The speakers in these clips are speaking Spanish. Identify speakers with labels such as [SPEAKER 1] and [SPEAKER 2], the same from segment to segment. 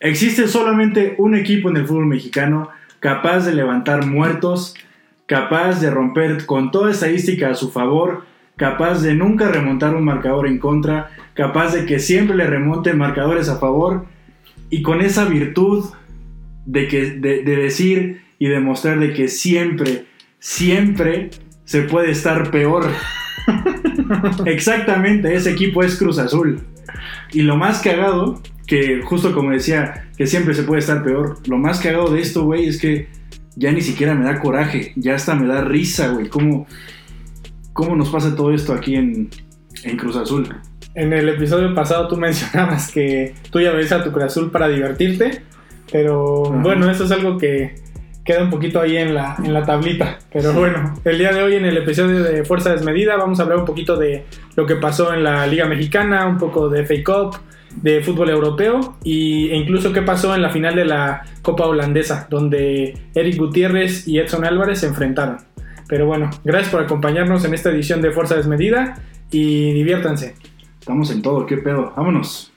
[SPEAKER 1] Existe solamente un equipo en el fútbol mexicano capaz de levantar muertos, capaz de romper con toda estadística a su favor, capaz de nunca remontar un marcador en contra, capaz de que siempre le remonten marcadores a favor y con esa virtud de, que, de, de decir y demostrar de que siempre, siempre se puede estar peor. Exactamente, ese equipo es Cruz Azul. Y lo más cagado, que justo como decía, que siempre se puede estar peor, lo más cagado de esto, güey, es que ya ni siquiera me da coraje, ya hasta me da risa, güey, cómo, cómo nos pasa todo esto aquí en, en Cruz Azul.
[SPEAKER 2] En el episodio pasado tú mencionabas que tú ya ves a tu Cruz Azul para divertirte, pero Ajá. bueno, eso es algo que queda un poquito ahí en la, en la tablita. Pero sí. bueno, el día de hoy en el episodio de Fuerza Desmedida vamos a hablar un poquito de lo que pasó en la Liga Mexicana, un poco de Fake Cup, de fútbol europeo y, e incluso qué pasó en la final de la Copa Holandesa, donde Eric Gutiérrez y Edson Álvarez se enfrentaron. Pero bueno, gracias por acompañarnos en esta edición de Fuerza Desmedida y diviértanse.
[SPEAKER 1] Estamos en todo, qué pedo, vámonos.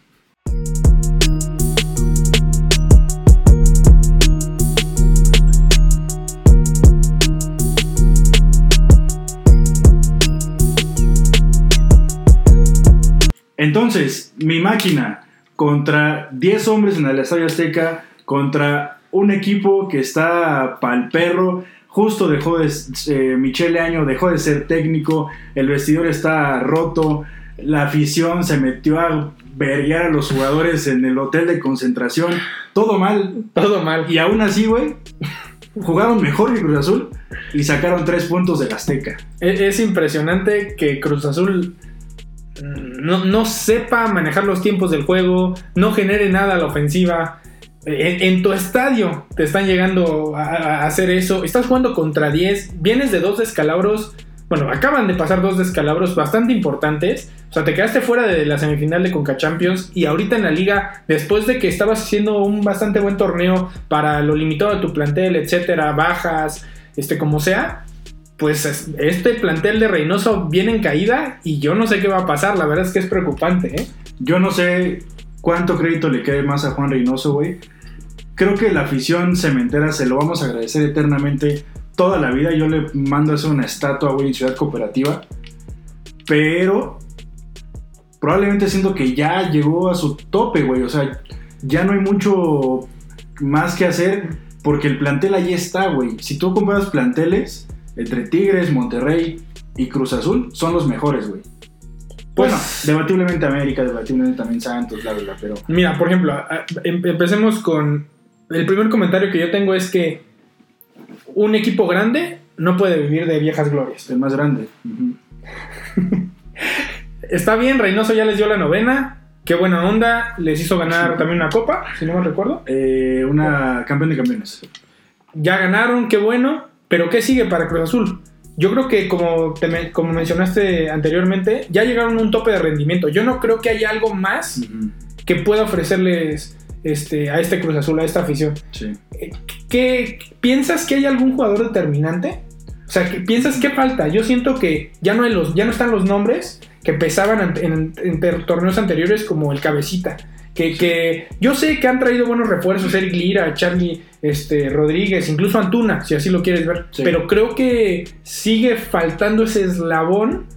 [SPEAKER 1] Entonces, mi máquina contra 10 hombres en el Estadio Azteca, contra un equipo que está pa'l perro, justo dejó de eh, Michele Año dejó de ser técnico, el vestidor está roto, la afición se metió a verguear a los jugadores en el hotel de concentración, todo mal,
[SPEAKER 2] todo mal.
[SPEAKER 1] Y aún así, güey, jugaron mejor que Cruz Azul y sacaron 3 puntos del Azteca.
[SPEAKER 2] E-, Es, es impresionante que Cruz Azul no, no, sepa manejar los tiempos del juego, no genere nada a la ofensiva. E-, En, en tu estadio te están llegando a, a, hacer eso. Estás jugando contra 10, vienes de dos descalabros. Bueno, acaban de pasar dos descalabros bastante importantes. O sea, te quedaste fuera de la semifinal de Conca Champions. Y ahorita en la liga, después de que estabas haciendo un bastante buen torneo para lo limitado de tu plantel, etcétera, bajas, este, como sea, pues este plantel de Reynoso viene en caída y yo no sé qué va a pasar, la verdad es que es preocupante. ¿eh?
[SPEAKER 1] Yo no sé cuánto crédito le quede más a Juan Reynoso, güey. Creo que la afición cementera se lo vamos a agradecer eternamente toda la vida. Yo le mando a hacer una estatua, güey, en Ciudad Cooperativa. Pero probablemente siento que ya llegó a su tope, güey. O sea, ya no hay mucho más que hacer porque el plantel ahí está, güey. Si tú compras planteles entre Tigres, Monterrey y Cruz Azul son los mejores, güey. Pues, bueno, debatiblemente América, debatiblemente también Santos, la verdad, pero...
[SPEAKER 2] Mira, por ejemplo, em, empecemos con... El primer comentario que yo tengo es que un equipo grande no puede vivir de viejas glorias.
[SPEAKER 1] El más grande.
[SPEAKER 2] Uh -huh. Está bien, Reynoso ya les dio la novena. Qué buena onda. Les hizo ganar sí. también una copa, si no me recuerdo.
[SPEAKER 1] Eh, una oh. campeón de campeones.
[SPEAKER 2] Ya ganaron, qué bueno. Pero ¿qué sigue para Cruz Azul? Yo creo que como, te, como mencionaste anteriormente, ya llegaron a un tope de rendimiento. Yo no creo que haya algo más uh -huh. que pueda ofrecerles este, a este Cruz Azul, a esta afición.
[SPEAKER 1] Sí.
[SPEAKER 2] ¿Qué, ¿Piensas que hay algún jugador determinante? O sea, ¿piensas qué falta? Yo siento que ya no, hay los, ya no están los nombres que pesaban en, en, en torneos anteriores como el cabecita. Que, que, yo sé que han traído buenos refuerzos, Eric Lira, Charlie este, Rodríguez, incluso Antuna, si así lo quieres ver, sí. pero creo que sigue faltando ese eslabón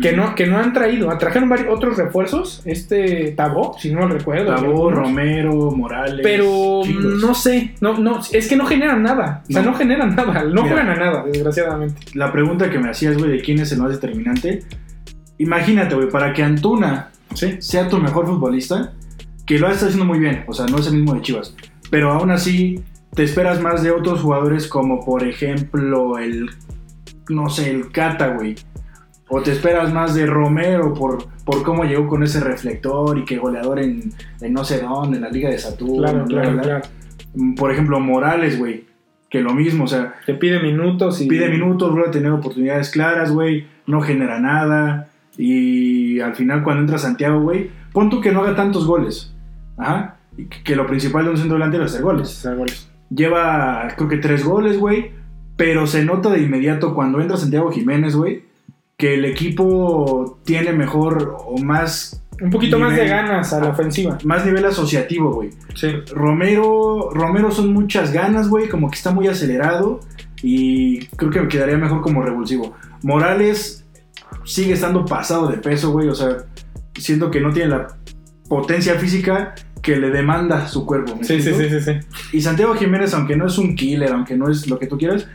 [SPEAKER 2] que, mm. no, que no han traído. Atrajeron varios, otros refuerzos, este Tabó, si no recuerdo.
[SPEAKER 1] Tabó, Romero, Morales.
[SPEAKER 2] Pero chicos. no sé, no, no, es que no generan nada, o sea, no, no generan nada, no Mira, juegan a nada, desgraciadamente.
[SPEAKER 1] La pregunta que me hacías, güey, de quién es el más determinante, imagínate, güey, para que Antuna ¿Sí? sea tu mejor futbolista que lo está haciendo muy bien, o sea, no es el mismo de Chivas, pero aún así te esperas más de otros jugadores como por ejemplo el, no sé, el Cata, güey. O te esperas más de Romero por, por cómo llegó con ese reflector y que goleador en, en no sé dónde, en la Liga de Saturno.
[SPEAKER 2] Claro, Uh, claro, claro.
[SPEAKER 1] Por ejemplo, Morales, güey. Que lo mismo, o sea.
[SPEAKER 2] Te pide minutos y.
[SPEAKER 1] Pide minutos, bro, tener oportunidades claras, güey. No genera nada. Y al final, cuando entra Santiago, güey, pon tú que no haga tantos goles. Ajá. Que lo principal de un centro delantero es hacer goles.
[SPEAKER 2] Hacer goles.
[SPEAKER 1] Lleva, creo que tres goles, güey. Pero se nota de inmediato cuando entra Santiago Jiménez, güey, que el equipo tiene mejor o más
[SPEAKER 2] Un poquito más de
[SPEAKER 1] Nivel-
[SPEAKER 2] ganas a la ofensiva.
[SPEAKER 1] Más nivel asociativo, güey.
[SPEAKER 2] Sí.
[SPEAKER 1] Romero, Romero son muchas ganas, güey, como que está muy acelerado y creo que me quedaría mejor como revulsivo. Morales sigue estando pasado de peso, güey, o sea, siento que no tiene la potencia física que le demanda su cuerpo. ¿me
[SPEAKER 2] Sí, sí,
[SPEAKER 1] explico?
[SPEAKER 2] sí, sí, sí.
[SPEAKER 1] Y Santiago Jiménez, aunque no es un killer, aunque no es lo que tú quieras,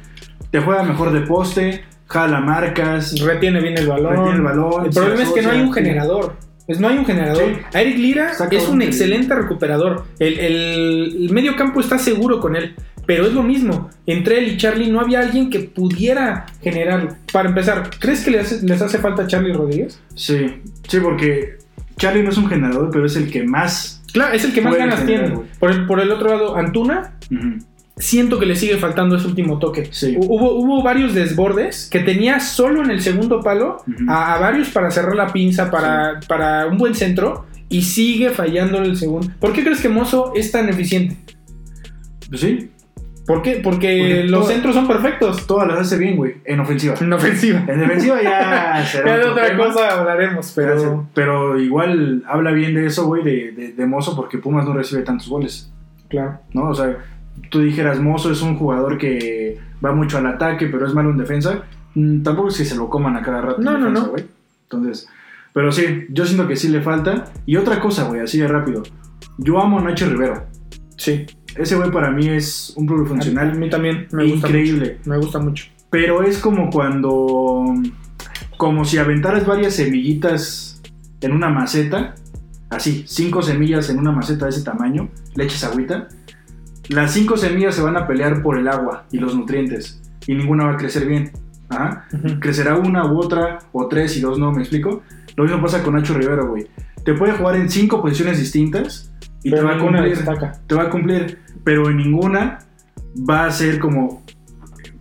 [SPEAKER 1] te juega mejor de poste, jala marcas.
[SPEAKER 2] Retiene bien el balón.
[SPEAKER 1] Retiene el balón,
[SPEAKER 2] El
[SPEAKER 1] se
[SPEAKER 2] problema es que no
[SPEAKER 1] asocia,
[SPEAKER 2] hay un
[SPEAKER 1] sí.
[SPEAKER 2] generador. Pues no hay un generador.
[SPEAKER 1] Sí.
[SPEAKER 2] Eric Lira
[SPEAKER 1] Está
[SPEAKER 2] es
[SPEAKER 1] cabrón
[SPEAKER 2] un
[SPEAKER 1] que-
[SPEAKER 2] excelente recuperador. El, el- el medio campo está seguro con él. Pero es lo mismo. Entre él y Charlie no había alguien que pudiera generarlo. Para empezar, ¿crees que les, les hace falta a Charlie Rodríguez?
[SPEAKER 1] Sí, sí, porque Charlie no es un generador, pero es el que más.
[SPEAKER 2] Claro, es el que más
[SPEAKER 1] Puede
[SPEAKER 2] ganas
[SPEAKER 1] generar,
[SPEAKER 2] tiene.
[SPEAKER 1] güey.
[SPEAKER 2] Por el, por el otro lado, Antuna
[SPEAKER 1] Ujú.
[SPEAKER 2] siento que le sigue faltando ese último toque.
[SPEAKER 1] Sí.
[SPEAKER 2] Hu- Hubo, hubo varios desbordes que tenía solo en el segundo palo
[SPEAKER 1] Ujú.
[SPEAKER 2] a, a varios para cerrar la pinza, para, para un buen centro, y sigue fallando en el segundo. ¿Por qué crees que Mozo es tan eficiente?
[SPEAKER 1] Pues sí,
[SPEAKER 2] ¿Por qué? Porque
[SPEAKER 1] Porque
[SPEAKER 2] los
[SPEAKER 1] todo- pues
[SPEAKER 2] centros son perfectos.
[SPEAKER 1] todas las hace bien, güey, en ofensiva.
[SPEAKER 2] En ofensiva.
[SPEAKER 1] En defensiva ya será
[SPEAKER 2] Ya de
[SPEAKER 1] otro
[SPEAKER 2] otra
[SPEAKER 1] tema.
[SPEAKER 2] cosa hablaremos,
[SPEAKER 1] Pero,
[SPEAKER 2] pero...
[SPEAKER 1] pero igual habla bien de eso, güey, de, de, de Mozo, porque Pumas no recibe tantos goles,
[SPEAKER 2] Claro.
[SPEAKER 1] ¿no? O sea, tú dijeras, Mozo es un jugador que va mucho al ataque, pero es malo en defensa. Mm, Tampoco es que se lo coman a cada rato. en
[SPEAKER 2] No, no,
[SPEAKER 1] defensa,
[SPEAKER 2] no.
[SPEAKER 1] güey. Entonces, pero sí, yo siento que sí le falta. Y otra cosa, güey, así de rápido. Yo amo a Nacho Rivero.
[SPEAKER 2] Sí.
[SPEAKER 1] Ese güey para mí es un
[SPEAKER 2] A
[SPEAKER 1] plurifuncional
[SPEAKER 2] mí también me gusta
[SPEAKER 1] increíble.
[SPEAKER 2] mucho. Me gusta mucho.
[SPEAKER 1] Pero es como cuando. Como si aventaras varias semillitas en una maceta. Así, cinco semillas en una maceta de ese tamaño. Le echas agüita. Las cinco semillas se van a pelear por el agua y los nutrientes. Y ninguna va a crecer bien. Ajá
[SPEAKER 2] Ujú.
[SPEAKER 1] crecerá una u otra, o tres y dos no, ¿me explico? Lo mismo pasa con Nacho Rivero, güey. Te puede jugar en cinco posiciones distintas y te
[SPEAKER 2] Pero
[SPEAKER 1] va, a
[SPEAKER 2] ninguna
[SPEAKER 1] cumplir,
[SPEAKER 2] destaca.
[SPEAKER 1] te va a cumplir, pero en ninguna va a ser como...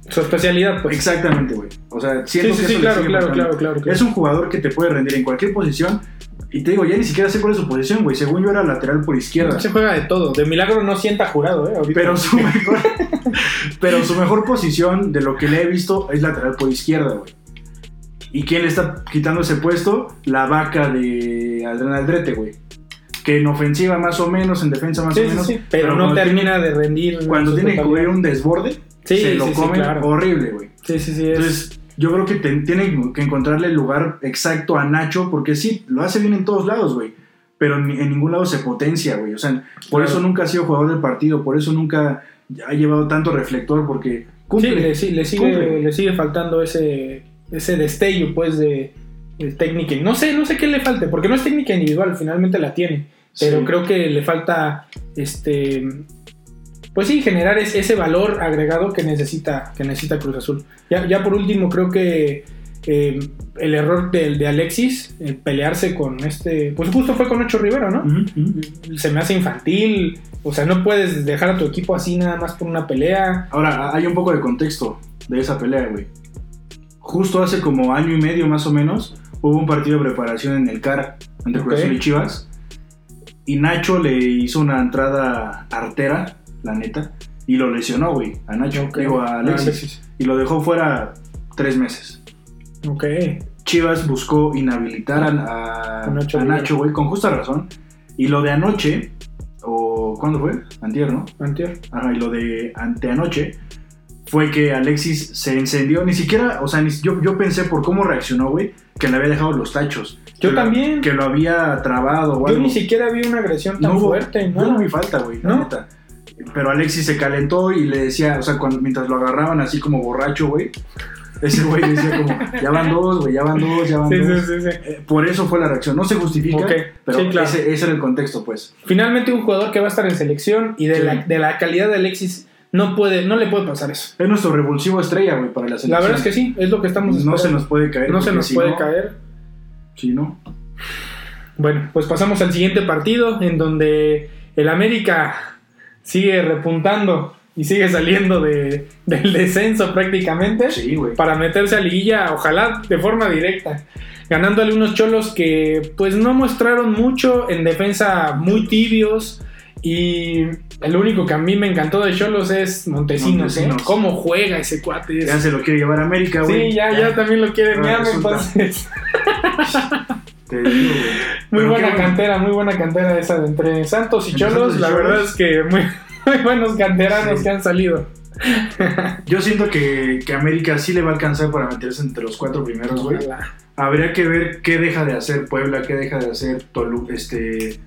[SPEAKER 2] Su especialidad, pues.
[SPEAKER 1] Exactamente, güey. O sea,
[SPEAKER 2] Sí,
[SPEAKER 1] siento
[SPEAKER 2] sí,
[SPEAKER 1] que eso
[SPEAKER 2] sí,
[SPEAKER 1] le
[SPEAKER 2] claro,
[SPEAKER 1] sigue
[SPEAKER 2] claro,
[SPEAKER 1] faltando.
[SPEAKER 2] claro, claro, claro.
[SPEAKER 1] Es un jugador que te puede rendir en cualquier posición y te digo, ya ni siquiera sé cuál es su posición, güey. Según yo era lateral por izquierda.
[SPEAKER 2] Se juega de todo. De milagro no sienta jurado, ¿eh? Ahorita.
[SPEAKER 1] Pero su mejor, pero su mejor posición de lo que le he visto es lateral por izquierda, güey. ¿Y quién le está quitando ese puesto? La vaca de Adrián Aldrete, güey. Que en ofensiva más o menos, en defensa más
[SPEAKER 2] Sí,
[SPEAKER 1] o
[SPEAKER 2] sí,
[SPEAKER 1] menos.
[SPEAKER 2] sí, Pero, no
[SPEAKER 1] cuando
[SPEAKER 2] termina de rendir. en
[SPEAKER 1] tiene- Cuando
[SPEAKER 2] su
[SPEAKER 1] tiene que
[SPEAKER 2] totalidad.
[SPEAKER 1] cubrir un desborde,
[SPEAKER 2] Sí,
[SPEAKER 1] se lo
[SPEAKER 2] sí, sí,
[SPEAKER 1] comen
[SPEAKER 2] claro.
[SPEAKER 1] horrible, güey.
[SPEAKER 2] Sí, sí, sí. es-
[SPEAKER 1] Entonces, yo creo que te- tienen que encontrarle el lugar exacto a Nacho, porque sí, lo hace bien en todos lados, güey. Pero ni- en ningún lado se potencia, güey. O sea, por
[SPEAKER 2] Claro.
[SPEAKER 1] eso nunca ha sido jugador del partido, por eso nunca ha llevado tanto reflector, porque
[SPEAKER 2] sí,
[SPEAKER 1] cumple.
[SPEAKER 2] le, sí, le sigue,
[SPEAKER 1] Cumple.
[SPEAKER 2] le sigue faltando ese, ese destello, pues, de, de técnica. No sé, no sé qué le falte, porque no es técnica individual, finalmente la tiene. Pero
[SPEAKER 1] Sí.
[SPEAKER 2] creo que le falta, este... Pues sí, generar es- ese valor agregado que necesita, que necesita Cruz Azul. Ya, ya por último, creo que eh, el error del de Alexis, el pelearse con este... Pues justo fue con Ocho Rivera, ¿no?
[SPEAKER 1] Ujú, ujú.
[SPEAKER 2] se me hace infantil. O sea, no puedes dejar a tu equipo así nada más por una pelea.
[SPEAKER 1] Ahora, hay un poco de contexto de esa pelea, güey. Justo hace como año y medio más o menos, hubo un partido de preparación en el CAR entre Cruz
[SPEAKER 2] Ok.
[SPEAKER 1] Azul y Chivas. Y Nacho le hizo una entrada artera, la neta, y lo lesionó, güey, a Nacho, digo,
[SPEAKER 2] Ah,
[SPEAKER 1] a Alexis, Y lo dejó fuera tres meses.
[SPEAKER 2] Ok.
[SPEAKER 1] Chivas buscó inhabilitar a, a-
[SPEAKER 2] A Nacho
[SPEAKER 1] a
[SPEAKER 2] Rivera.
[SPEAKER 1] Nacho, güey, con justa razón. Y lo de anoche, o ¿cuándo fue? Antier, ¿no?
[SPEAKER 2] Antier.
[SPEAKER 1] Ajá, y lo de anteanoche fue que Alexis se encendió. Ni siquiera, o sea, ni- yo, yo pensé por cómo reaccionó, güey, que le había dejado los tachos.
[SPEAKER 2] Yo
[SPEAKER 1] Que lo-
[SPEAKER 2] también.
[SPEAKER 1] que lo había trabado o
[SPEAKER 2] Yo
[SPEAKER 1] algo.
[SPEAKER 2] ni siquiera vi una agresión tan
[SPEAKER 1] hubo-
[SPEAKER 2] fuerte.
[SPEAKER 1] yo no
[SPEAKER 2] ¿no?
[SPEAKER 1] vi falta, güey, la
[SPEAKER 2] ¿No?
[SPEAKER 1] neta. Pero Alexis se calentó y le decía, o sea, cuando, mientras lo agarraban así como borracho, güey. Ese güey decía como, ya van dos, güey, ya van dos, ya van
[SPEAKER 2] Sí,
[SPEAKER 1] dos.
[SPEAKER 2] sí, sí, sí.
[SPEAKER 1] Eh, Por eso fue la reacción. No se justifica,
[SPEAKER 2] Ok,
[SPEAKER 1] pero
[SPEAKER 2] sí, claro.
[SPEAKER 1] ese, ese era el contexto, pues.
[SPEAKER 2] Finalmente un jugador que va a estar en selección y de,
[SPEAKER 1] Sí.
[SPEAKER 2] la, de la calidad de Alexis no puede, no le puede pasar eso.
[SPEAKER 1] Es nuestro revulsivo estrella, güey, para la selección.
[SPEAKER 2] La verdad es que sí, es lo que estamos
[SPEAKER 1] no se
[SPEAKER 2] esperando.
[SPEAKER 1] nos puede caer.
[SPEAKER 2] no se
[SPEAKER 1] porque
[SPEAKER 2] nos
[SPEAKER 1] si
[SPEAKER 2] puede
[SPEAKER 1] no-
[SPEAKER 2] caer.
[SPEAKER 1] Si no,
[SPEAKER 2] Bueno, pues pasamos al siguiente partido en donde el América sigue repuntando y sigue saliendo de- del descenso prácticamente
[SPEAKER 1] sí, güey.
[SPEAKER 2] para meterse a liguilla, ojalá de forma directa, ganándole unos cholos que pues no mostraron mucho en defensa muy tibios y el único que a mí me encantó de cholos es Montesinos, ¿eh?
[SPEAKER 1] Montesinos.
[SPEAKER 2] cómo juega ese cuate. es-
[SPEAKER 1] Ya se lo quiere llevar a América, güey.
[SPEAKER 2] Sí, ya, ya también lo quiere
[SPEAKER 1] Ah,
[SPEAKER 2] Miami,
[SPEAKER 1] resulta.
[SPEAKER 2] entonces.
[SPEAKER 1] Te digo, güey.
[SPEAKER 2] Muy
[SPEAKER 1] Pero
[SPEAKER 2] buena
[SPEAKER 1] qué bueno.
[SPEAKER 2] cantera, muy buena cantera esa de entre Santos y
[SPEAKER 1] Entre
[SPEAKER 2] Cholos.
[SPEAKER 1] Santos y
[SPEAKER 2] La
[SPEAKER 1] Cholos.
[SPEAKER 2] verdad es que muy, muy buenos canteranos
[SPEAKER 1] Sí.
[SPEAKER 2] que han salido.
[SPEAKER 1] Yo siento que, que América sí le va a alcanzar para meterse entre los cuatro primeros, güey.
[SPEAKER 2] Ojalá.
[SPEAKER 1] Habría que ver qué deja de hacer Puebla, qué deja de hacer Toluca, este,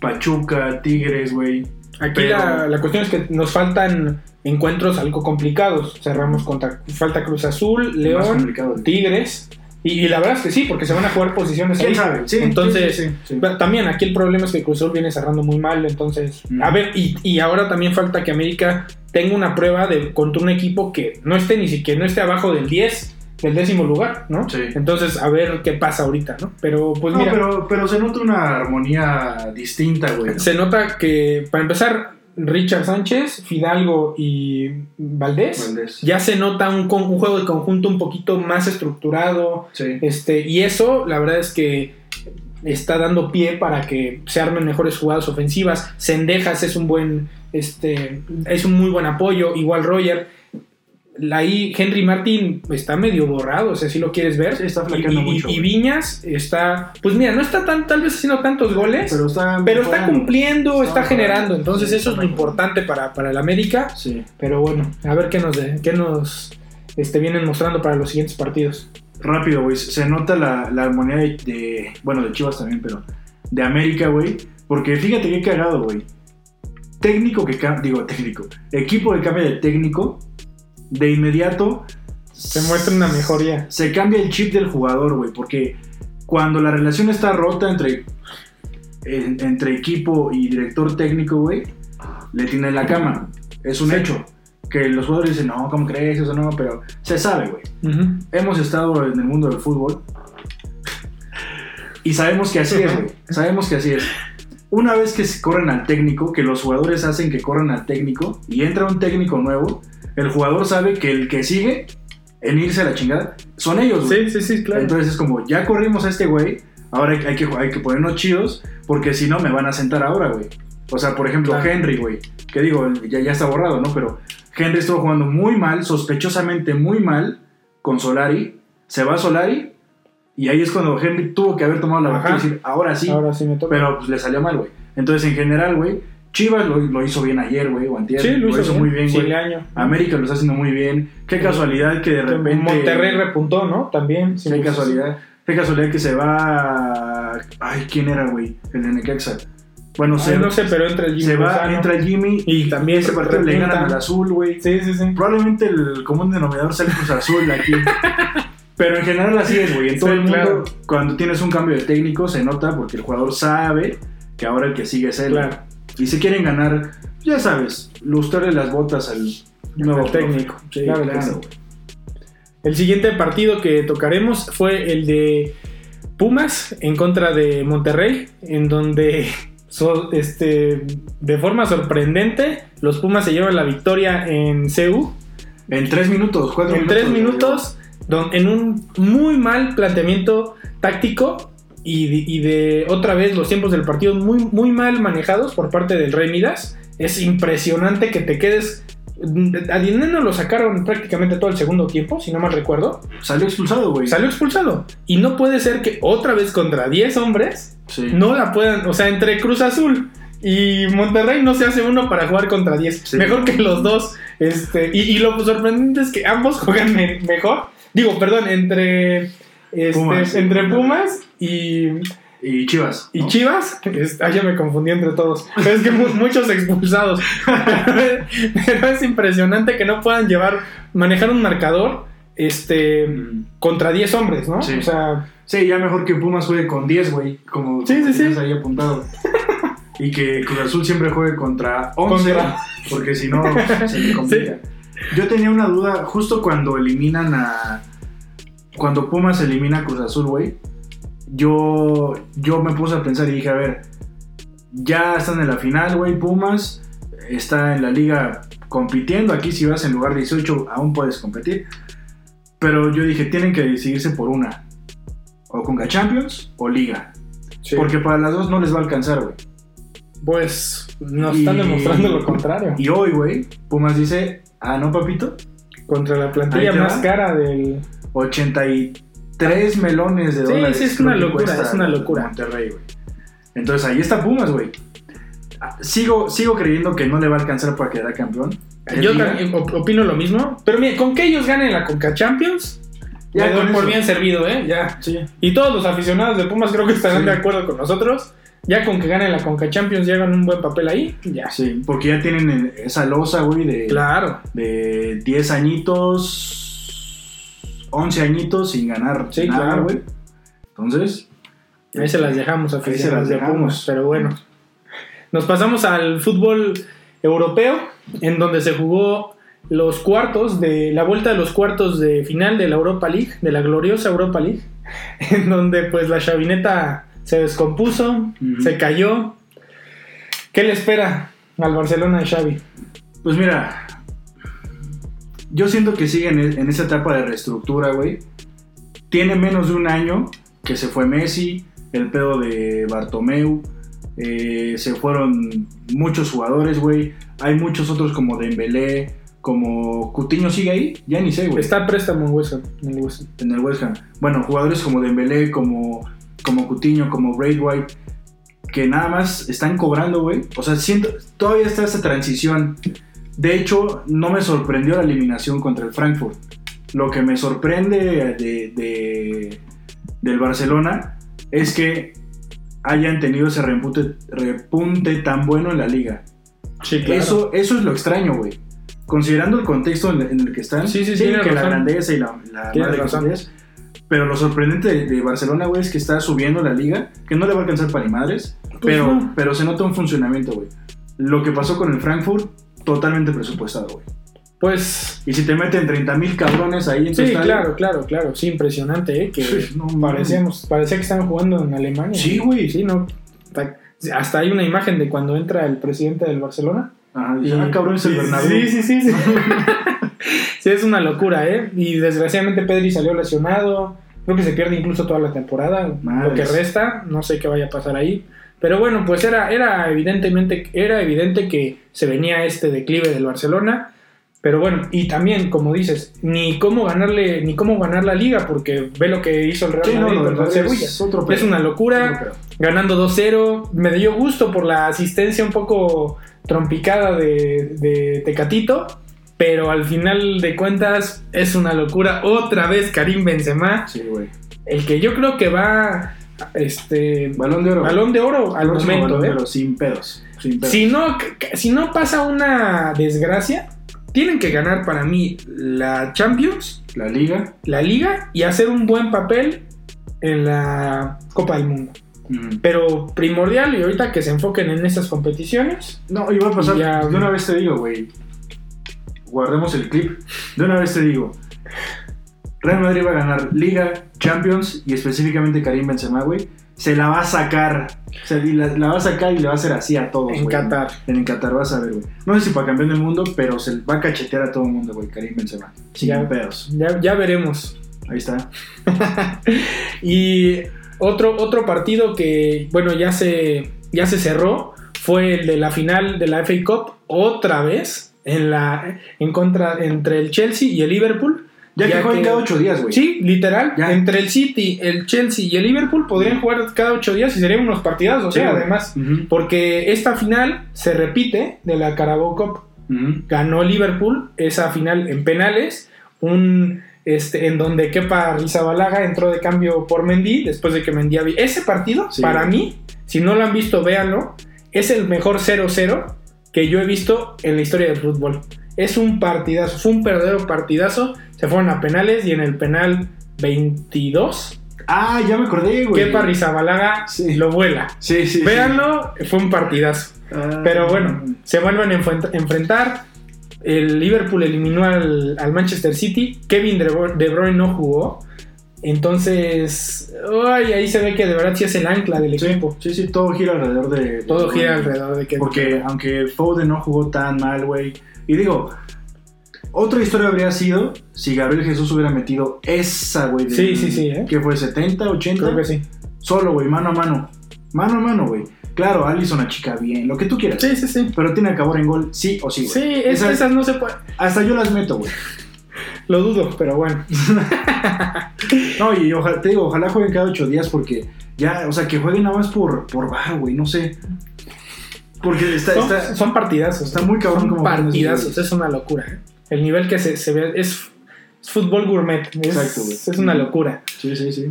[SPEAKER 1] Pachuca, Tigres, güey.
[SPEAKER 2] Aquí
[SPEAKER 1] Pero-
[SPEAKER 2] la, la cuestión es que nos faltan encuentros algo complicados. Cerramos contra falta Cruz Azul,
[SPEAKER 1] Más
[SPEAKER 2] León,
[SPEAKER 1] complicado.
[SPEAKER 2] Tigres. Y, y la verdad es que sí, porque se van a jugar posiciones
[SPEAKER 1] ¿Quién
[SPEAKER 2] ahí.
[SPEAKER 1] sabe? Sí,
[SPEAKER 2] Entonces,
[SPEAKER 1] sí, sí, sí.
[SPEAKER 2] Pero También aquí el problema es que Cruz Azul viene cerrando muy mal, entonces...
[SPEAKER 1] Mm.
[SPEAKER 2] A ver, y, y ahora también falta que América tenga una prueba de contra un equipo que no esté ni siquiera, no esté abajo del 10, del décimo lugar, ¿no?
[SPEAKER 1] Sí.
[SPEAKER 2] Entonces, a ver qué pasa ahorita, ¿no? Pero pues
[SPEAKER 1] No,
[SPEAKER 2] mira,
[SPEAKER 1] pero, pero se nota una armonía distinta, güey.
[SPEAKER 2] se nota que, para empezar, Richard Sánchez, Fidalgo y Valdés,
[SPEAKER 1] Valdés.
[SPEAKER 2] ya se nota un, con- un juego de conjunto un poquito más estructurado,
[SPEAKER 1] Sí.
[SPEAKER 2] Este, y eso, la verdad es que está dando pie para que se armen mejores jugadas ofensivas. Sendejas es un buen, este, es un muy buen apoyo, igual Roger. Ahí Henry Martin está medio borrado, o sea, si lo quieres ver.
[SPEAKER 1] Sí, está
[SPEAKER 2] y,
[SPEAKER 1] flaqueando
[SPEAKER 2] y-
[SPEAKER 1] mucho, güey.
[SPEAKER 2] y Viñas está, pues mira, no está tan, tal vez haciendo tantos goles,
[SPEAKER 1] Pero
[SPEAKER 2] pero,
[SPEAKER 1] está,
[SPEAKER 2] está
[SPEAKER 1] mejorando. Está
[SPEAKER 2] cumpliendo, está,
[SPEAKER 1] mejorando.
[SPEAKER 2] generando. Entonces
[SPEAKER 1] Sí,
[SPEAKER 2] eso es
[SPEAKER 1] está
[SPEAKER 2] lo
[SPEAKER 1] mejorando.
[SPEAKER 2] importante para, para el América.
[SPEAKER 1] Sí.
[SPEAKER 2] Pero bueno, a ver qué nos, de- qué nos este, vienen mostrando para los siguientes partidos.
[SPEAKER 1] Rápido, güey. Se nota la, la armonía de, de- Bueno, de Chivas también, pero. De América, güey. Porque fíjate qué cagado, güey. Técnico que cambia. Digo, técnico. Equipo que cambia de técnico. De inmediato.
[SPEAKER 2] Se muestra una mejoría.
[SPEAKER 1] se cambia el chip del jugador, güey, porque cuando la relación está rota entre, en- entre equipo y director técnico, güey, le tiene la cama. Es un
[SPEAKER 2] Sí.
[SPEAKER 1] hecho. Que los jugadores dicen, no, ¿cómo crees? Eso no, pero se sabe, güey.
[SPEAKER 2] Ujú.
[SPEAKER 1] Hemos estado en el mundo del fútbol y sabemos que así es, güey. Sabemos que así es. Una vez que se corren al técnico, que los jugadores hacen que corran al técnico y entra un técnico nuevo, el jugador sabe que el que sigue en irse a la chingada son ellos, güey.
[SPEAKER 2] Sí, sí, sí, claro.
[SPEAKER 1] Entonces es como, ya corrimos a este güey, ahora hay, hay que, hay que ponernos chidos, porque si no me van a sentar ahora, güey. O sea, por ejemplo,
[SPEAKER 2] Claro.
[SPEAKER 1] Henry, güey, que digo, ya, ya está borrado, ¿no? Pero Henry estuvo jugando muy mal, sospechosamente muy mal, con Solari, se va Solari, y ahí es cuando Henry tuvo que haber tomado la
[SPEAKER 2] Ajá.
[SPEAKER 1] vacuna y decir, ahora sí,
[SPEAKER 2] Ahora sí me toca.
[SPEAKER 1] pero pues le salió mal, güey. Entonces, en general, güey, Chivas lo, lo hizo bien ayer, güey, o antier,
[SPEAKER 2] sí,
[SPEAKER 1] lo, hizo muy bien,
[SPEAKER 2] Sí,
[SPEAKER 1] güey.
[SPEAKER 2] le año.
[SPEAKER 1] América lo está haciendo muy bien. Qué casualidad que de repente...
[SPEAKER 2] Monterrey repuntó, ¿no? También.
[SPEAKER 1] Qué casualidad. Qué casualidad que se va. Ay, ¿quién era, güey? El de Necaxa. Bueno,
[SPEAKER 2] No sé,
[SPEAKER 1] se,
[SPEAKER 2] no sé, pero entra el Jimmy
[SPEAKER 1] se va,
[SPEAKER 2] Lozano.
[SPEAKER 1] entra Jimmy
[SPEAKER 2] Y también
[SPEAKER 1] ese partido le
[SPEAKER 2] repunta.
[SPEAKER 1] ganan al azul, güey.
[SPEAKER 2] Sí, sí, sí.
[SPEAKER 1] Probablemente el común denominador sea el Cruz Azul aquí. Pero en general así es, güey. En todo
[SPEAKER 2] Sí,
[SPEAKER 1] el mundo,
[SPEAKER 2] claro.
[SPEAKER 1] cuando tienes un cambio de técnico, se nota porque el jugador sabe que ahora el que sigue es él.
[SPEAKER 2] Claro.
[SPEAKER 1] Y si quieren ganar, ya sabes, lustrarle las botas al nuevo
[SPEAKER 2] Al técnico.
[SPEAKER 1] profe. Sí,
[SPEAKER 2] Claro
[SPEAKER 1] claro,
[SPEAKER 2] que sí. El siguiente partido que tocaremos fue el de Pumas en contra de Monterrey, en donde so- este, de forma sorprendente los Pumas se llevan la victoria en CU
[SPEAKER 1] En tres minutos, cuatro
[SPEAKER 2] en
[SPEAKER 1] minutos.
[SPEAKER 2] tres minutos, don- en un muy mal planteamiento táctico y de, y de otra vez los tiempos del partido muy, muy mal manejados por parte del Rey Midas. Es impresionante que te quedes. A Dineno lo sacaron prácticamente todo el segundo tiempo, si no mal recuerdo.
[SPEAKER 1] Salió expulsado, güey.
[SPEAKER 2] Salió expulsado. Y no puede ser que otra vez contra 10 hombres
[SPEAKER 1] Sí.
[SPEAKER 2] no la puedan. O sea, entre Cruz Azul y Monterrey no se hace uno para jugar contra 10.
[SPEAKER 1] Sí.
[SPEAKER 2] Mejor que los dos. Este, y, y lo sorprendente es que ambos juegan me- mejor. Digo, perdón, entre. este,
[SPEAKER 1] Pumas.
[SPEAKER 2] Entre Pumas y,
[SPEAKER 1] Y Chivas.
[SPEAKER 2] y
[SPEAKER 1] ¿no?
[SPEAKER 2] Chivas. Es- ah, ya me confundí entre todos. Pero es que mu- muchos expulsados. Pero es impresionante que no puedan llevar. manejar un marcador. Este.
[SPEAKER 1] Mm.
[SPEAKER 2] contra 10 hombres, ¿no?
[SPEAKER 1] Sí.
[SPEAKER 2] O sea.
[SPEAKER 1] Sí, ya mejor que Pumas juegue con 10, güey. Como
[SPEAKER 2] Sí, sí, sí.
[SPEAKER 1] tenías ahí apuntado. y que Cruz Azul siempre juegue contra 11,
[SPEAKER 2] Contra-
[SPEAKER 1] porque si no se le complica. Yo tenía una duda justo cuando eliminan a. Cuando Pumas elimina a Cruz Azul, güey. Yo, yo me puse a pensar y dije, a ver, ya están en la final, güey, Pumas. Está en la liga compitiendo. Aquí si vas en lugar 18 aún puedes competir. Pero yo dije, tienen que decidirse por una. O Conca Champions o Liga. Porque para las dos no les va a alcanzar, güey.
[SPEAKER 2] Pues nos están
[SPEAKER 1] Y-
[SPEAKER 2] demostrando lo contrario.
[SPEAKER 1] Y hoy, güey, Pumas dice, ah, no, papito,
[SPEAKER 2] Contra la plantilla
[SPEAKER 1] Ahí te
[SPEAKER 2] más
[SPEAKER 1] va.
[SPEAKER 2] cara del.
[SPEAKER 1] 80 y 3 melones de
[SPEAKER 2] Sí,
[SPEAKER 1] dólares.
[SPEAKER 2] sí, es
[SPEAKER 1] creo
[SPEAKER 2] una
[SPEAKER 1] que
[SPEAKER 2] locura,
[SPEAKER 1] cuesta
[SPEAKER 2] es una locura.
[SPEAKER 1] Monterrey, güey. Entonces ahí está Pumas, güey. Ah, Sigo, sigo creyendo que no le va a alcanzar para quedar campeón.
[SPEAKER 2] Yo
[SPEAKER 1] Liga.
[SPEAKER 2] también op- opino lo mismo. Pero mire, con que ellos ganen la Conca Champions,
[SPEAKER 1] Ya
[SPEAKER 2] ya
[SPEAKER 1] con
[SPEAKER 2] por
[SPEAKER 1] eso.
[SPEAKER 2] bien servido, ¿eh? Ya.
[SPEAKER 1] Sí.
[SPEAKER 2] Y todos los aficionados de Pumas creo que estarán
[SPEAKER 1] Sí.
[SPEAKER 2] de acuerdo con nosotros. Ya con que ganen la Conca Champions, llegan un buen papel ahí. Ya.
[SPEAKER 1] Sí, porque ya tienen el- esa losa, güey, de,
[SPEAKER 2] Claro.
[SPEAKER 1] de 10 añitos, 11 añitos sin ganar
[SPEAKER 2] Sí,
[SPEAKER 1] nada,
[SPEAKER 2] claro.
[SPEAKER 1] güey. Entonces,
[SPEAKER 2] Ahí se las dejamos,
[SPEAKER 1] se las
[SPEAKER 2] aficionados de
[SPEAKER 1] dejamos.
[SPEAKER 2] Pumas. Pero bueno. Nos pasamos al fútbol europeo, en donde se jugó los cuartos de la vuelta de los cuartos de final de la Europa League, de la gloriosa Europa League, en donde pues la chavineta se descompuso,
[SPEAKER 1] Ujú.
[SPEAKER 2] se cayó. ¿Qué le espera al Barcelona de Xavi?
[SPEAKER 1] Pues mira, yo siento que siguen en, en esa etapa de reestructura, güey. Tiene menos de un año que se fue Messi, el pedo de Bartomeu, eh, se fueron muchos jugadores, güey. Hay muchos otros como Dembélé, como Cutiño sigue ahí, ya ni sé, güey.
[SPEAKER 2] Está a préstamo en West Ham, en el West Ham.
[SPEAKER 1] en el West Ham. Bueno, jugadores como Dembélé, como, como Coutinho, como Braithwaite, que nada más están cobrando, güey. O sea, siento, todavía está esa transición. De hecho, no me sorprendió la eliminación contra el Frankfurt. Lo que me sorprende de, de- del Barcelona es que hayan tenido ese repunte, repunte tan bueno en la liga.
[SPEAKER 2] Sí,
[SPEAKER 1] Eso, eso es lo extraño, güey. Considerando el contexto en, en el que están,
[SPEAKER 2] Sí, sí, sí,
[SPEAKER 1] tienen
[SPEAKER 2] tiene
[SPEAKER 1] que la
[SPEAKER 2] razón.
[SPEAKER 1] grandeza y la, la
[SPEAKER 2] Tiene
[SPEAKER 1] madre que
[SPEAKER 2] razón.
[SPEAKER 1] sí es. Pero lo sorprendente de, de Barcelona, güey, es que está subiendo la liga, que no le va a alcanzar para ni madres, pero,
[SPEAKER 2] Pues no.
[SPEAKER 1] pero se nota un funcionamiento, güey. Lo que pasó con el Frankfurt, totalmente presupuestado, güey.
[SPEAKER 2] Pues
[SPEAKER 1] Y si te meten 30 mil cabrones ahí en tu
[SPEAKER 2] sí,
[SPEAKER 1] estadio-
[SPEAKER 2] claro, claro, claro, sí, impresionante, ¿eh? que
[SPEAKER 1] Sí, no,
[SPEAKER 2] parecíamos, parecía que estaban jugando en Alemania.
[SPEAKER 1] Sí, güey.
[SPEAKER 2] Sí, no. Ta- Hasta hay una imagen de cuando entra el presidente del Barcelona.
[SPEAKER 1] Ajá, dicen, ah, cabrón, es el
[SPEAKER 2] Sí,
[SPEAKER 1] Bernabéu.
[SPEAKER 2] Sí, sí, sí. Sí, Sí, es una locura, ¿eh? Y desgraciadamente Pedri salió lesionado. Creo que se pierde incluso toda la temporada. Lo que
[SPEAKER 1] Madres.
[SPEAKER 2] resta, no sé qué vaya a pasar ahí. Pero bueno, pues era, era, evidentemente, era evidente que se venía este declive del Barcelona. Pero bueno, y también, como dices, ni cómo ganarle, ni cómo ganar la liga, porque ve lo que hizo el Real
[SPEAKER 1] Sí, no,
[SPEAKER 2] Madrid
[SPEAKER 1] lo del
[SPEAKER 2] contra el
[SPEAKER 1] Madrid
[SPEAKER 2] Sevilla.
[SPEAKER 1] es otro
[SPEAKER 2] Es
[SPEAKER 1] pedo.
[SPEAKER 2] una locura
[SPEAKER 1] Otro pedo.
[SPEAKER 2] ganando 2-0. Me dio gusto por la asistencia un poco trompicada de, de Tecatito. Pero al final de cuentas es una locura. Otra vez Karim Benzema.
[SPEAKER 1] Sí, güey.
[SPEAKER 2] El que yo creo que va este
[SPEAKER 1] Balón de oro.
[SPEAKER 2] balón de oro al
[SPEAKER 1] Próximo
[SPEAKER 2] momento.
[SPEAKER 1] balón de
[SPEAKER 2] ¿eh?
[SPEAKER 1] oro, sin pedos. Sin pedos.
[SPEAKER 2] Si, no, si no pasa una desgracia, tienen que ganar para mí la Champions,
[SPEAKER 1] La liga.
[SPEAKER 2] la Liga y hacer un buen papel en la Copa del Mundo.
[SPEAKER 1] ujú.
[SPEAKER 2] Pero primordial y ahorita que se enfoquen en esas competiciones.
[SPEAKER 1] No, iba a pasar.
[SPEAKER 2] Ya,
[SPEAKER 1] de
[SPEAKER 2] güey.
[SPEAKER 1] una vez te digo, güey. Guardemos el clip. De una vez te digo. Real Madrid va a ganar Liga, Champions y específicamente Karim Benzema, güey. Se la va a sacar. O sea, y la, la va a sacar y le va a hacer así a todos,
[SPEAKER 2] En
[SPEAKER 1] Oh, güey.
[SPEAKER 2] Qatar.
[SPEAKER 1] En, en Qatar vas a ver, güey. No sé si para campeón del mundo, pero se va a cachetear a todo el mundo, güey, Karim Benzema. Sin
[SPEAKER 2] Ya.
[SPEAKER 1] pedos.
[SPEAKER 2] Ya, ya veremos.
[SPEAKER 1] Ahí está.
[SPEAKER 2] Y otro, otro partido que, bueno, ya se, ya se cerró fue el de la final de la FA Cup otra vez en la en contra entre el Chelsea y el Liverpool.
[SPEAKER 1] Ya,
[SPEAKER 2] Ya
[SPEAKER 1] que juegan
[SPEAKER 2] que-
[SPEAKER 1] cada ocho días, güey.
[SPEAKER 2] Sí, literal,
[SPEAKER 1] Ya.
[SPEAKER 2] entre el City, el Chelsea y el Liverpool podrían jugar cada ocho días y serían unos partidazos, o
[SPEAKER 1] Sí,
[SPEAKER 2] sea,
[SPEAKER 1] güey.
[SPEAKER 2] además,
[SPEAKER 1] Ujú,
[SPEAKER 2] porque esta final se repite de la Carabao Cup.
[SPEAKER 1] ujú.
[SPEAKER 2] ganó Liverpool esa final en penales, un este en donde Kepa Rizabalaga entró de cambio por Mendy después de que Mendy había ese partido
[SPEAKER 1] Sí.
[SPEAKER 2] para mí, si no lo han visto, véanlo, es el mejor 0-0 que yo he visto en la historia del fútbol. Es un partidazo, fue un verdadero partidazo, se fueron a penales y en el penal 22
[SPEAKER 1] Ah, ya me acordé, güey.
[SPEAKER 2] Kepa Rizabalaga
[SPEAKER 1] Sí.
[SPEAKER 2] lo vuela.
[SPEAKER 1] Sí, sí. sí.
[SPEAKER 2] Véanlo, fue un partidazo.
[SPEAKER 1] Ah,
[SPEAKER 2] Pero bueno, se vuelven a enfren- enfrentar. El Liverpool eliminó al, al Manchester City. Kevin De Bru- De Bruyne no jugó. Entonces, ay, ahí se ve que de verdad sí es el ancla del
[SPEAKER 1] Sí,
[SPEAKER 2] equipo.
[SPEAKER 1] sí, sí, todo gira alrededor de.
[SPEAKER 2] Todo
[SPEAKER 1] de-
[SPEAKER 2] gira alrededor de Kevin.
[SPEAKER 1] Porque aunque Foden no jugó tan mal, güey. Y digo, otra historia habría sido si Gabriel Jesús hubiera metido esa, güey. del-
[SPEAKER 2] Sí, sí, sí, ¿eh?
[SPEAKER 1] Que fue 70, 80.
[SPEAKER 2] Creo que sí.
[SPEAKER 1] Solo, güey, mano a mano. Mano a mano, güey. Claro, Allison a chica bien, lo que tú quieras.
[SPEAKER 2] Sí, sí, sí.
[SPEAKER 1] Pero tiene que acabar en gol, sí o sí, güey.
[SPEAKER 2] Sí, es-
[SPEAKER 1] Esas-
[SPEAKER 2] esas no se puede.
[SPEAKER 1] Hasta yo las meto, güey.
[SPEAKER 2] Lo dudo, pero bueno.
[SPEAKER 1] No, y ojalá, te digo, ojalá jueguen cada ocho días porque ya, o sea, que jueguen nada más por, por bar, güey, no sé. Porque está,
[SPEAKER 2] Son,
[SPEAKER 1] está,
[SPEAKER 2] son partidazos.
[SPEAKER 1] está muy cabrón
[SPEAKER 2] Son
[SPEAKER 1] como juegan esos
[SPEAKER 2] partidazos,
[SPEAKER 1] güeyes.
[SPEAKER 2] es una locura. ¿eh? El nivel que se, se ve es, es fútbol gourmet. Es,
[SPEAKER 1] Exacto, güey.
[SPEAKER 2] es una locura.
[SPEAKER 1] Sí, sí, sí.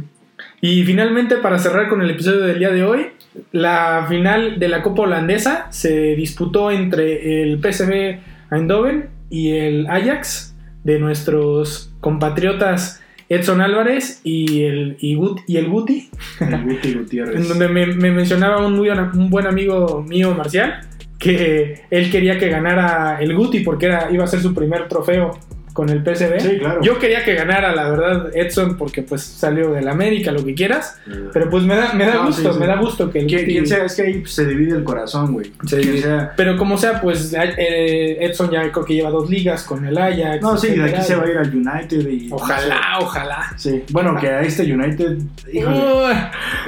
[SPEAKER 2] Y finalmente, para cerrar con el episodio del día de hoy, la final de la Copa Holandesa se disputó entre el PSV Eindhoven y el Ajax de nuestros compatriotas Edson Álvarez y el, y Gut- y el Guti,
[SPEAKER 1] El Guti
[SPEAKER 2] en
[SPEAKER 1] Gutiérrez.
[SPEAKER 2] donde me, me mencionaba un, muy, un buen amigo mío, Marcial, que él quería que ganara el Guti porque era, iba a ser su primer trofeo con el PSV.
[SPEAKER 1] Sí, claro.
[SPEAKER 2] Yo quería que ganara, la verdad, Edson, porque pues salió del América, lo que quieras. Pero este- pues me da, me da
[SPEAKER 1] No,
[SPEAKER 2] gusto,
[SPEAKER 1] sí, sí.
[SPEAKER 2] me da gusto que el
[SPEAKER 1] Quien,
[SPEAKER 2] Guti-
[SPEAKER 1] quien sea, es que ahí se divide el corazón, güey.
[SPEAKER 2] Sí.
[SPEAKER 1] Quien sea.
[SPEAKER 2] Pero como sea, pues a- eh, Edson ya creo que lleva dos ligas con el Ajax.
[SPEAKER 1] No, sí, de
[SPEAKER 2] etcétera.
[SPEAKER 1] aquí se va a ir al United y.
[SPEAKER 2] Ojalá, ojalá.
[SPEAKER 1] Sí. Bueno, que a este United. Híjole,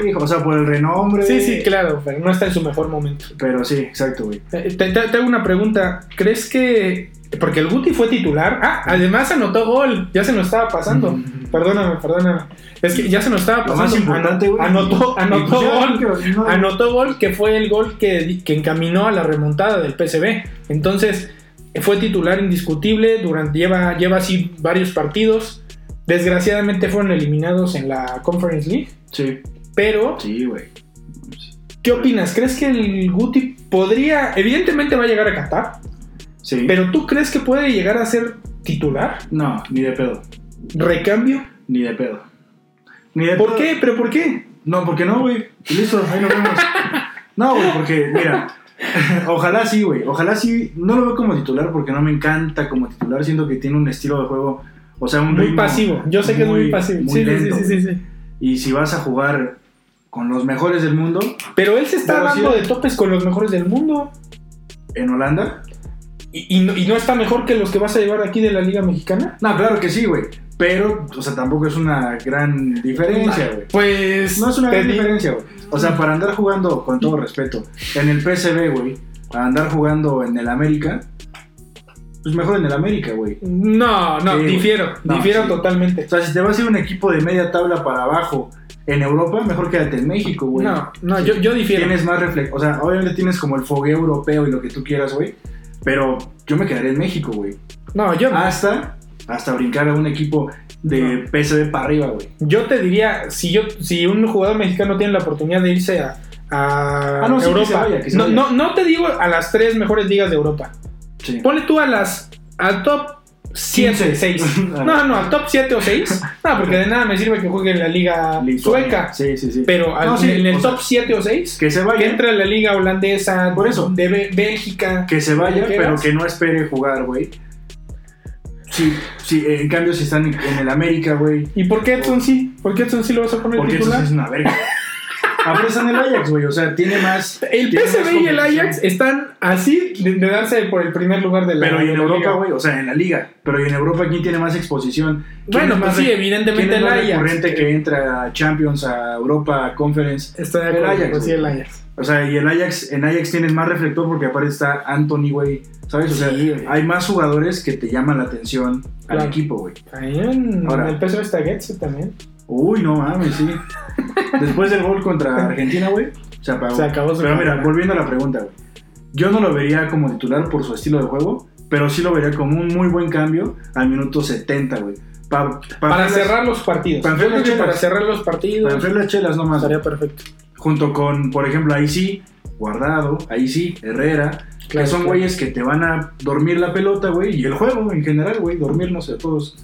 [SPEAKER 2] Uh,
[SPEAKER 1] hijo, o sea, por el renombre.
[SPEAKER 2] sí, sí, claro, pero no está en su mejor momento.
[SPEAKER 1] Pero sí, exacto, güey.
[SPEAKER 2] Eh, Te, te- te hago una pregunta. ¿Crees que.? Porque el Guti fue titular. Ah, además anotó gol. Ya se nos estaba pasando.
[SPEAKER 1] Mm.
[SPEAKER 2] Perdóname, perdóname. Es que ya se nos estaba
[SPEAKER 1] Lo
[SPEAKER 2] pasando.
[SPEAKER 1] más importante, güey. pues
[SPEAKER 2] Anotó, anotó
[SPEAKER 1] Ya,
[SPEAKER 2] gol.
[SPEAKER 1] que no-
[SPEAKER 2] Anotó gol que fue el gol que, que encaminó a la remontada del PSV. Entonces, fue titular indiscutible, durante, lleva, lleva así varios partidos. Desgraciadamente fueron eliminados en la Conference League.
[SPEAKER 1] Sí,
[SPEAKER 2] Pero,
[SPEAKER 1] sí, güey.
[SPEAKER 2] ¿qué opinas? ¿Crees que el Guti podría, evidentemente va a llegar a Qatar,
[SPEAKER 1] Sí.
[SPEAKER 2] pero tú crees que puede llegar a ser titular?
[SPEAKER 1] No, ni de pedo.
[SPEAKER 2] ¿Recambio?
[SPEAKER 1] Ni de pedo. Ni de
[SPEAKER 2] ¿Por
[SPEAKER 1] pedo.
[SPEAKER 2] qué? ¿Pero por qué?
[SPEAKER 1] No, porque no, güey. Y Listo, ahí nos vemos. No, güey, porque, mira. Ojalá sí, güey. Ojalá sí. No lo veo como titular porque no me encanta como titular. Siento que tiene un estilo de juego. O sea, un
[SPEAKER 2] Muy
[SPEAKER 1] ritmo.
[SPEAKER 2] pasivo. Yo sé que es muy
[SPEAKER 1] muy-
[SPEAKER 2] pasivo.
[SPEAKER 1] muy
[SPEAKER 2] sí, sí,
[SPEAKER 1] lento,
[SPEAKER 2] sí, sí, sí, sí.
[SPEAKER 1] Y si vas a jugar con los mejores del mundo
[SPEAKER 2] Pero él se está
[SPEAKER 1] Pero sí,
[SPEAKER 2] dando
[SPEAKER 1] eh.
[SPEAKER 2] de topes con los mejores del mundo.
[SPEAKER 1] en Holanda.
[SPEAKER 2] ¿Y, y no, y no está mejor que los que vas a llevar aquí de la Liga Mexicana?
[SPEAKER 1] No, claro que sí, güey. Pero, o sea, tampoco es una gran diferencia, güey.
[SPEAKER 2] Pues.
[SPEAKER 1] No es una
[SPEAKER 2] te
[SPEAKER 1] gran
[SPEAKER 2] di-
[SPEAKER 1] diferencia, güey. O sea, para andar jugando, con todo respeto, en el PSV, güey, a andar jugando en el América, pues mejor en el América, güey.
[SPEAKER 2] No, no,
[SPEAKER 1] Sí, güey.
[SPEAKER 2] difiero.
[SPEAKER 1] No,
[SPEAKER 2] difiero
[SPEAKER 1] sí.
[SPEAKER 2] totalmente.
[SPEAKER 1] O sea, si te vas a ir a un equipo de media tabla para abajo en Europa, mejor quédate en México, güey.
[SPEAKER 2] No, no,
[SPEAKER 1] Sí.
[SPEAKER 2] yo, yo difiero.
[SPEAKER 1] Tienes más reflejo. O sea, obviamente tienes como el fogueo europeo y lo que tú quieras, güey. Pero yo me quedaré en México, güey.
[SPEAKER 2] No, yo,
[SPEAKER 1] Ah. Hasta, hasta brincar a un equipo de PSV para arriba, güey.
[SPEAKER 2] yo te diría, si yo, si un jugador mexicano tiene la oportunidad de irse a, a
[SPEAKER 1] Ah, no, sí, que
[SPEAKER 2] Europa.
[SPEAKER 1] se vaya, que se
[SPEAKER 2] no,
[SPEAKER 1] vaya.
[SPEAKER 2] no, no te digo a las tres mejores ligas de Europa.
[SPEAKER 1] Sí.
[SPEAKER 2] Ponle tú a las. al top 7,
[SPEAKER 1] 15.
[SPEAKER 2] 6. No, no, al top 7 o 6. No, porque de nada me sirve que juegue en la Liga
[SPEAKER 1] Lituania.
[SPEAKER 2] Sueca.
[SPEAKER 1] Sí, sí, sí.
[SPEAKER 2] Pero al-
[SPEAKER 1] No, sí,
[SPEAKER 2] en el
[SPEAKER 1] o
[SPEAKER 2] top 7 o 6.
[SPEAKER 1] que se
[SPEAKER 2] que
[SPEAKER 1] vaya.
[SPEAKER 2] entre a la liga holandesa,
[SPEAKER 1] Por eso.
[SPEAKER 2] de Be- Bélgica.
[SPEAKER 1] Que se vaya,
[SPEAKER 2] Lo que
[SPEAKER 1] pero
[SPEAKER 2] quieras.
[SPEAKER 1] que no espere jugar, güey. Sí, sí, en cambio, si están en- en el América, güey.
[SPEAKER 2] ¿Y por qué Edson sí? ¿Por qué Edson sí lo vas a poner
[SPEAKER 1] Porque eso sí
[SPEAKER 2] titular?
[SPEAKER 1] es una verga. Aparte está Ah, en el Ajax, güey. O sea, tiene más.
[SPEAKER 2] El
[SPEAKER 1] tiene más
[SPEAKER 2] PSV y el
[SPEAKER 1] competición.
[SPEAKER 2] Ajax están así de, de darse por el primer lugar de la
[SPEAKER 1] Pero
[SPEAKER 2] de
[SPEAKER 1] y en
[SPEAKER 2] la
[SPEAKER 1] Europa,
[SPEAKER 2] liga.
[SPEAKER 1] güey. O sea, en la liga. Pero y en Europa, ¿quién tiene más exposición? ¿Quién
[SPEAKER 2] Bueno,
[SPEAKER 1] es
[SPEAKER 2] pues
[SPEAKER 1] más
[SPEAKER 2] sí,
[SPEAKER 1] re- ¿Quién
[SPEAKER 2] evidentemente
[SPEAKER 1] es
[SPEAKER 2] el
[SPEAKER 1] más
[SPEAKER 2] Ajax.
[SPEAKER 1] recurrente que entra a Champions, a Europa, a Conference?
[SPEAKER 2] Está de
[SPEAKER 1] el
[SPEAKER 2] acuerdo,
[SPEAKER 1] Ajax,
[SPEAKER 2] pues sí,
[SPEAKER 1] güey.
[SPEAKER 2] el Ajax.
[SPEAKER 1] O sea, y el Ajax, en Ajax tienes más reflector porque aparte está Anthony, güey. ¿Sabes? O sea,
[SPEAKER 2] Sí, güey.
[SPEAKER 1] hay más jugadores que te llaman la atención
[SPEAKER 2] Claro.
[SPEAKER 1] al equipo, güey.
[SPEAKER 2] Ahí en,
[SPEAKER 1] Ahora.
[SPEAKER 2] el PSV está Getze también.
[SPEAKER 1] Uy, no mames, sí. Después del gol contra Argentina, güey, se apagó.
[SPEAKER 2] Se acabó su
[SPEAKER 1] Pero mira,
[SPEAKER 2] carrera.
[SPEAKER 1] volviendo a la pregunta, güey. Yo no lo vería como titular por su estilo de juego, pero sí lo vería como un muy buen cambio al minuto 70, güey. Pa- pa-
[SPEAKER 2] Para
[SPEAKER 1] las-
[SPEAKER 2] cerrar los partidos.
[SPEAKER 1] para
[SPEAKER 2] Yo creo que
[SPEAKER 1] Fenerbahce.
[SPEAKER 2] para cerrar los partidos
[SPEAKER 1] Para hacer las chelas nomás. güey.
[SPEAKER 2] estaría perfecto.
[SPEAKER 1] Junto con, por ejemplo, ahí sí, Guardado, ahí sí, Herrera,
[SPEAKER 2] Claro,
[SPEAKER 1] que son
[SPEAKER 2] claro.
[SPEAKER 1] güeyes que te van a dormir la pelota, güey, y el juego en general, güey, dormirnos a todos.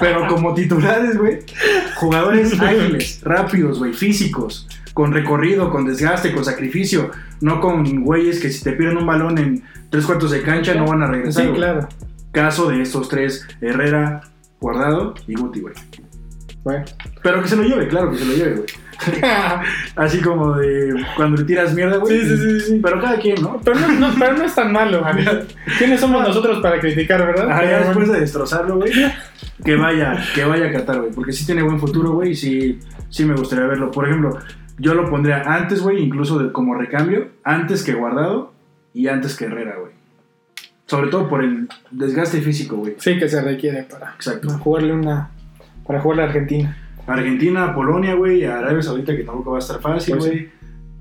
[SPEAKER 1] Pero como titulares, güey, jugadores ágiles, rápidos, güey, físicos, con recorrido, con desgaste, con sacrificio, no con güeyes que si te pierden un balón en tres cuartos de cancha no van a regresar.
[SPEAKER 2] Sí,
[SPEAKER 1] güey.
[SPEAKER 2] claro.
[SPEAKER 1] Caso de estos tres, Herrera, Guardado y Guti, güey.
[SPEAKER 2] Bueno.
[SPEAKER 1] Pero que se lo lleve, claro que se lo lleve, güey. Así como de cuando le tiras mierda, güey.
[SPEAKER 2] sí, sí, sí, sí.
[SPEAKER 1] Pero cada quien, ¿no?
[SPEAKER 2] Pero no, no, pero no es tan malo. ¿Quiénes somos nosotros para criticar, verdad?
[SPEAKER 1] Ajá, Ah, ya
[SPEAKER 2] Pero
[SPEAKER 1] después
[SPEAKER 2] bueno.
[SPEAKER 1] de destrozarlo, güey. Que vaya, que vaya a Qatar, güey. Porque sí tiene buen futuro, güey. Y sí, sí me gustaría verlo. Por ejemplo, yo lo pondría antes, güey, incluso de- como recambio, antes que Guardado y antes que Herrera, güey. Sobre todo por el desgaste físico, güey.
[SPEAKER 2] Sí, que se requiere para,
[SPEAKER 1] Exacto.
[SPEAKER 2] para jugarle una. Para jugarle a Argentina.
[SPEAKER 1] Argentina, Polonia, güey, Arabia Saudita, que tampoco va a estar fácil,
[SPEAKER 2] Pues sí.
[SPEAKER 1] güey.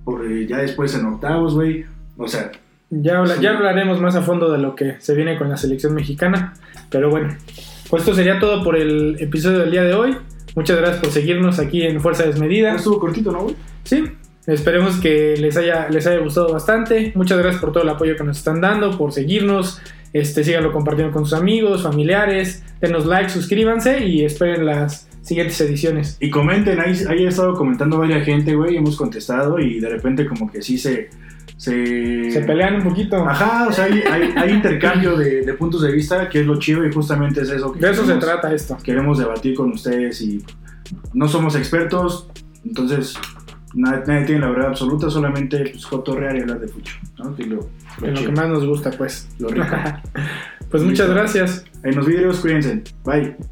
[SPEAKER 1] Por, eh, ya después en octavos, güey. O sea,
[SPEAKER 2] Ya, habla-
[SPEAKER 1] Sí.
[SPEAKER 2] ya hablaremos más a fondo de lo que se viene con la selección mexicana. Pero bueno, pues esto sería todo por el episodio del día de hoy. Muchas gracias por seguirnos aquí en Fuerza Desmedida.
[SPEAKER 1] estuvo cortito, ¿no, güey?
[SPEAKER 2] Sí, esperemos que les haya, les haya gustado bastante. Muchas gracias por todo el apoyo que nos están dando, por seguirnos. Este, síganlo compartiendo con sus amigos, familiares. Denos like, suscríbanse y esperen las siguientes ediciones.
[SPEAKER 1] Y comenten, ahí, ahí ha estado comentando varias gente, güey, hemos contestado y de repente como que sí se... Se,
[SPEAKER 2] Se pelean un poquito.
[SPEAKER 1] Ajá, o sea, hay, hay- hay intercambio de, de puntos de vista, que es lo chido y justamente es eso. que
[SPEAKER 2] De eso se
[SPEAKER 1] queremos-
[SPEAKER 2] trata esto.
[SPEAKER 1] Queremos debatir con ustedes y no somos expertos, entonces nadie, nadie tiene la verdad absoluta, solamente pues, cotorrear y hablar de fucho, ¿no? Que es lo, lo
[SPEAKER 2] En lo
[SPEAKER 1] chido,
[SPEAKER 2] que más nos gusta, pues.
[SPEAKER 1] lo rico.
[SPEAKER 2] pues muchas
[SPEAKER 1] Listo.
[SPEAKER 2] gracias.
[SPEAKER 1] En los videos, cuídense. Bye.